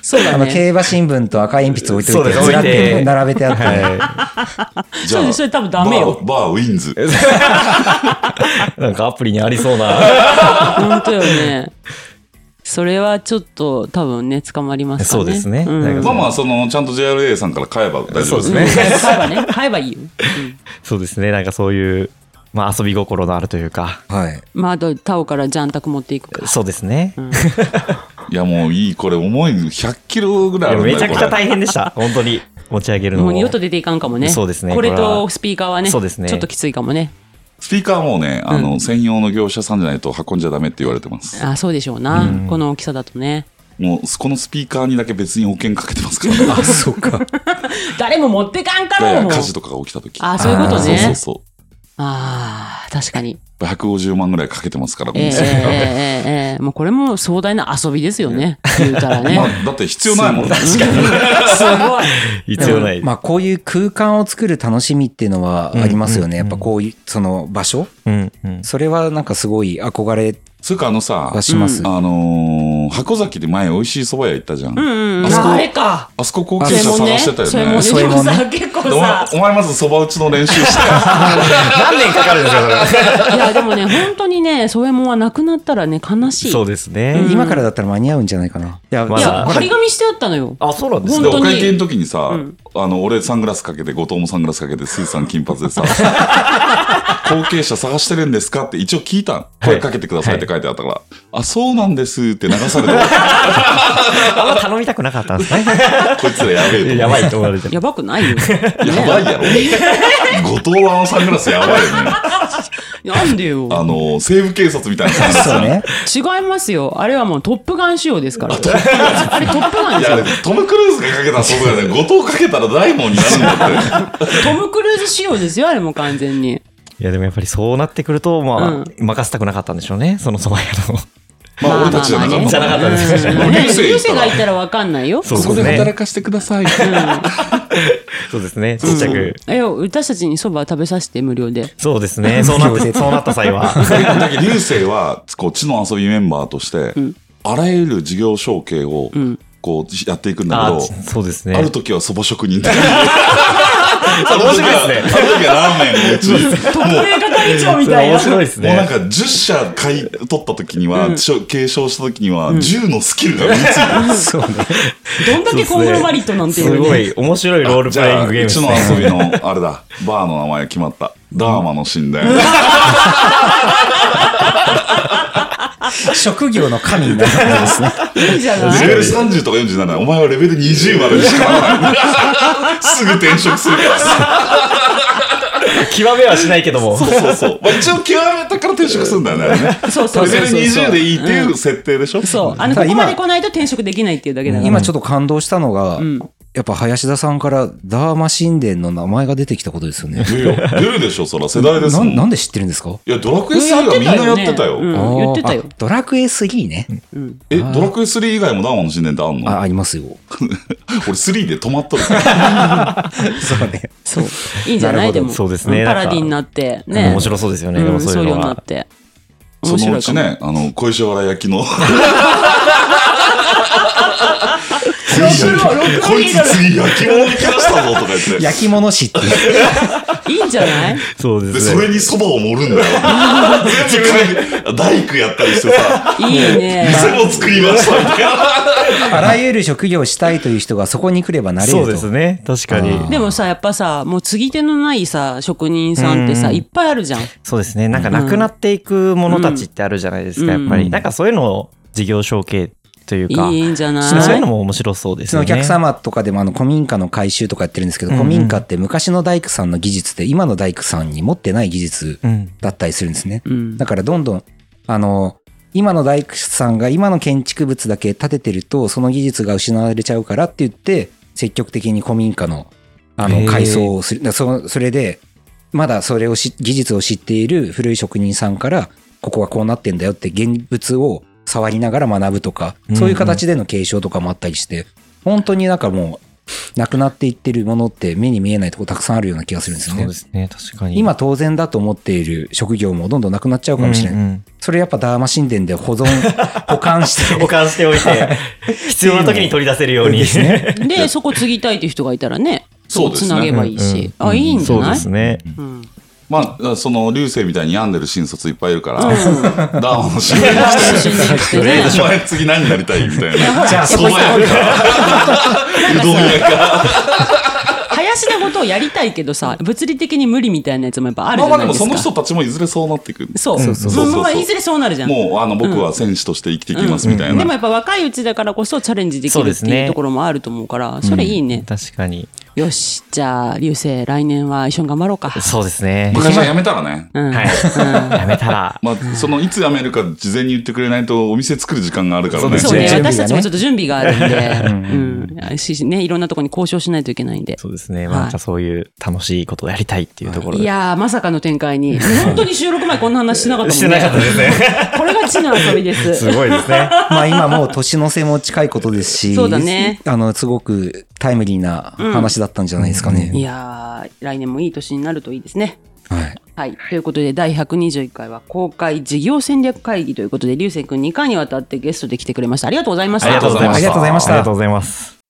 S1: そう
S4: あ
S1: だ
S4: の、
S1: ね。
S4: 競馬新聞と赤い鉛筆置いといて、
S3: そうです
S4: ずらっ
S3: 置いて
S4: と並べてあって、
S3: は
S2: じゃ
S1: そう
S2: あ
S1: ですそれ多分ダメよ
S2: バーバーウィンズ。
S3: い。なんかアプリにありそう な。
S1: 本当よね。それはちょっと多分ね、捕まりますからね。
S3: そうですね
S1: ん
S3: なんか
S2: まあまあ、その、ちゃんと JRA さんから買えば大丈夫です
S3: そうで
S2: ね。
S3: す
S1: 買えばね、買えばいいよ。
S3: そうですね、なんかそういう、まあ遊び心のあるというか、
S4: はい。
S1: まあ、あと、タオからジャンタク持っていくから。
S3: そうですね。
S2: いや、もういい、これ重いの100キロぐらいあるんだ
S3: め
S2: よ
S3: ちゃくちゃ
S2: これ
S3: 大変でした、本当に。持ち上げるの
S1: も
S3: も。
S1: う二度と出ていかんかもね。
S3: そうですね
S1: これ
S3: これ
S1: と
S3: は
S1: スピーカーはね、
S3: そうですね
S1: ちょっときついかもね。
S2: スピーカーはもうね、あの、専用の業者さんじゃないと運んじゃダメって言われてます。
S1: あそうでしょうな、この大きさだとね。
S2: もう、このスピーカーにだけ別に保険かけてますからね。
S4: あ、そうか。
S1: 誰も持ってかんか
S2: い
S1: ろう
S2: やいや
S1: もう。
S2: 火事とかが起きた時。
S1: あそういうこと
S2: そうそう
S1: ね。
S2: そう。
S1: ああ、確かに。
S2: 150万ぐらいかけてますから、こ
S1: ええ
S2: の
S1: え
S2: スピーカーで
S1: えええもうこれも壮大な遊びですよ ね。言うたらね。
S2: まあ、だって必要ないもん。
S3: 確かに。必要ない。
S4: まあ、こういう空間を作る楽しみっていうのはありますよね。やっぱこういう、その場所
S3: うん、うん。
S4: それはなんかすごい憧れ
S2: つうかあのさ、
S4: はします。
S2: あのー箱崎で前美味しい蕎麦屋行ったじゃん。
S1: うんうん、
S2: あそこ
S1: あれか。
S2: あそこ高
S4: あ
S2: 級
S1: そ
S2: 車
S1: れもね。
S2: 探してたよ
S1: それも
S2: ね
S1: ね。。
S4: そう
S1: で
S4: いうも
S1: も
S4: んね
S1: さ、結構
S2: お前
S1: さ、
S2: お前まず蕎麦打ちの練習 して。
S3: 何年かかるんですか、それ。
S1: いや、でもね、本当にね、そういうもんはなくなったらね、悲しい。
S3: そう
S1: い
S3: ですね。
S4: 今からだったら間に合うんじゃないかな。いや、
S3: ま
S1: や、
S3: だ
S1: 張り紙してあったのよ。
S3: あ、そうなんです
S2: で
S1: 本
S3: ね。
S1: 当
S2: お
S1: に
S2: 会計の時にさ、
S1: うん
S2: あの俺サングラスかけて後藤もサングラスかけてスーさん金髪 でさ後継者探してるんですかって一応聞いたん声かけてくださいって書いてあったから、あそうなんですって流すされた。
S3: あんま頼みたくなかったん ですね。
S2: こいつらやべえと思う。
S3: やばいと思われてる。
S1: やばくない よ。
S2: やばいやろ。後藤はあのサングラスやばいよね。
S1: なんでよ。
S2: あの、西部警察みたいな感じ
S4: そ うね。
S1: 違いますよ。あれはもうトップガン仕様ですから。あれトップガン
S2: い
S1: です
S2: や
S1: よ。、
S2: トム・クルーズがかけたらそうだよね。後藤かけたら大門になるんだって。
S1: トム・クルーズ仕様ですよ、あれも完全に。
S3: いや、でもやっぱりそうなってくると、まあ、
S1: うん
S3: 任せたくなかったんでしょうね。その蕎麦屋の。
S2: まあ、俺たちじゃなかった。
S3: じゃなかったです
S1: ね。
S2: まあ流星
S1: 流
S2: いた
S1: 星
S2: ら
S1: がいたらわかんないよ。
S3: そうですね。
S2: かしてください。
S3: そうですね。ちっちゃく。
S1: えよ、私たちにそば食べさせて無料で。
S3: そうですね。そうな った、そうなった際は。
S2: だけど流星は、こう、知の遊びメンバーとして、あらゆる事業承継を、こう、やっていくんだけ
S3: あ
S2: ど、
S3: そうですね。
S2: ある時はそば職人で。
S3: あ面白い
S2: あ
S3: で
S2: る
S3: すね。
S2: 時はラーメンを打ち、もう、
S1: 係長み
S3: それ面白いです
S2: もうなん
S3: ね。
S2: か10社買い取った時には、しょ継承した時には、10のスキルが身についてる。
S3: そうね。
S1: どんだけコングロマリットなんてい
S3: す
S1: う
S3: ご
S1: ね。
S3: い、面白いロールプ
S2: じ
S3: レイ
S2: ゃ
S3: ン
S2: あ、
S3: グゲーム
S2: う
S3: で
S2: ち
S3: す
S2: の
S3: ね。
S2: 遊びの、あれだ、バーの名前が決まった。ダーマの神殿。
S4: 職業の神になるんですね。
S1: いいじゃな
S2: レ
S1: い
S2: ベル30とか40なら、お前はレベル20までしかならない。すぐ転職するから。
S3: 極めはしないけども。
S2: そうそうそう。まあ、一応極めたから転職するんだよねあれね。
S1: そうそうそうそう
S2: レベル20でいいっていう設定でしょ、
S1: そう。あの、こ
S4: ただ
S1: こ
S4: 今
S1: まで来ないと転職できないっていうだけだから。
S4: 今ちょっと感動したのが、やっぱ林田さんからダーマ神殿の名前が出てきたことです よね。
S2: 出るよ出るでしょ、そら。世代ですも
S4: な
S2: ん。
S4: なん
S2: い
S4: で知ってるんですか
S2: や、ドラクエ3がみんなやってたよ。
S1: うん
S4: あー
S1: 言ってたよ
S4: あドラクエ3ね。
S2: え、ドラクエ3以外もダーマの神殿ってあんの
S4: あ、ありますよ。
S2: 俺3で止まっとるから。
S4: そうね。
S1: そう。いいんじゃ
S4: な
S1: ない
S4: るほど
S1: でも。
S3: そうですね
S1: ん
S3: な
S1: パ
S3: んか
S1: ラディになって。ね。
S3: 面白そうですよね。で
S1: う
S3: も
S1: ん
S3: そ
S1: そうう
S3: い
S1: いうう
S3: の
S1: ようになっ
S3: は。
S1: て。
S2: そ
S1: 面白い
S2: のう
S1: か
S2: ち
S1: も。
S2: ね、あの、小石原焼きの。こいつ次焼き物に来ましたぞとか言って。
S4: 焼き物師って いう。
S1: いいんじゃない
S3: そうで
S2: で、
S3: す
S2: それ
S3: ね。
S2: に蕎麦を盛るんだよ。全部大工やったりしてさ、
S1: いいね。
S2: 店を作りましたみたいな。
S4: あらゆる職業をしたいという人がそこに来ればなれると。
S3: そうですね。確か
S4: あー
S3: に。
S1: でもさ、やっぱさ、もう継ぎ手のないさ、職人さんってさ、いっぱいあるじゃん。
S3: そうですね。なんかなくなっていくものたちってあるじゃないですか、
S1: うん
S3: やっぱり。なんかそういうのを事業承継というか、
S1: いいんじゃない
S3: そういうのも面白そうで
S4: う
S3: す
S4: ちの
S3: よね。
S4: お客様とかでもあの古民家の改修とかやってるんですけど、古民家って昔の大工さんの技術で今の大工さんに持ってない技術
S3: うん。
S4: だったりするんですね。
S1: うん
S4: だからどんどん、あの、今の大工さんが今の建築物だけ建ててると、その技術が失われちゃうからって言って、積極的に古民家の、
S3: へ
S4: あの、
S3: ー
S4: 改装をする。だそそれで、まだそれをし技術を知っている古い職人さんから、ここはこうなってんだよって現物を触りながら学ぶとか、そういう形での継承とかもあったりして、本当になんかもう、なくなっていってるものって目に見えないとこたくさんあるような気がするんですよ
S3: そう
S4: ね
S3: で。すね。確かに。
S4: 今当然だと思っている職業もどんどんなくなっちゃうかもしれな
S3: う
S4: い。
S3: んうん
S4: それやっぱダーマ神殿で 保存、保管して。
S3: 保管しておいて、必要な時に取り出せるように。
S4: ですね
S1: で、そこ継ぎたいっていう人がいたらね、
S2: そうですね
S1: つなげばいいし。あ、いいんじゃ
S3: そう
S1: な
S3: で
S1: い
S3: すね。
S1: うん
S2: まあ、その、流星みたいに病んでる新卒いっぱいいるから、ダ
S1: ん
S2: ーマの神殿
S1: 楽しんできてね。
S2: お前次何になりたいみたいな。
S4: じゃあ
S2: そば屋か、うどん屋か。
S1: 林田ことをやりたいけどさ、物理的に無理みたいなやつもやっぱある
S2: まあ
S1: じ
S2: ま
S1: ゃ
S2: あ
S1: ないで
S2: でも
S1: す
S2: その
S1: か。
S2: 人たちもいずれそうなっていく。
S1: そう。
S2: そうそうそう
S1: まあいずれそうなるじゃん。
S2: もう、あの、僕は選手として生きていきますみたい
S1: でも
S2: な。
S1: やっぱ若いうちだからこそチャレンジでき
S3: そう
S1: る
S3: で
S1: っ
S3: す
S1: て
S3: ね
S1: いうところもあると思うから、それいいね。
S3: 確かに。
S1: よし、じゃあ、流星、来年は一緒に頑張ろうか。
S3: そうですね。
S2: 昔は辞めたらね。
S1: うん。
S3: はい。やめたら。
S2: まあ、その、いつ辞めるか事前に言ってくれないと、お店作る時間があるからね。
S1: そうね、
S4: 準備がね
S1: 私たちもちょっと準備があるんで、うん。しね、いろんなところに交渉しないといけないんで。
S3: そうですね。まあ、なんかそういう楽しいことをやりたいっていうところ
S1: い
S3: で。
S1: やー、まさかの展開 に。本当に収録前こんな話しなかったもんね。
S3: してなかったですね。
S1: これが地の遊びです。
S3: すごいですね。
S4: まあ今もう年の瀬も近いことですし、
S1: そうだね
S4: あの、すごくタイムリーな話だったんじゃないですか
S1: い
S4: ね。
S1: やー、来年もいい年になるといいですね。
S4: はい。
S1: はい。ということで、第121回は公開事業戦略会議ということで、流星くん2回にわたってゲストで来てくれました。ありがとうございました。
S3: ありがとうございました。
S4: ありがとうございました
S3: ありがとうございます。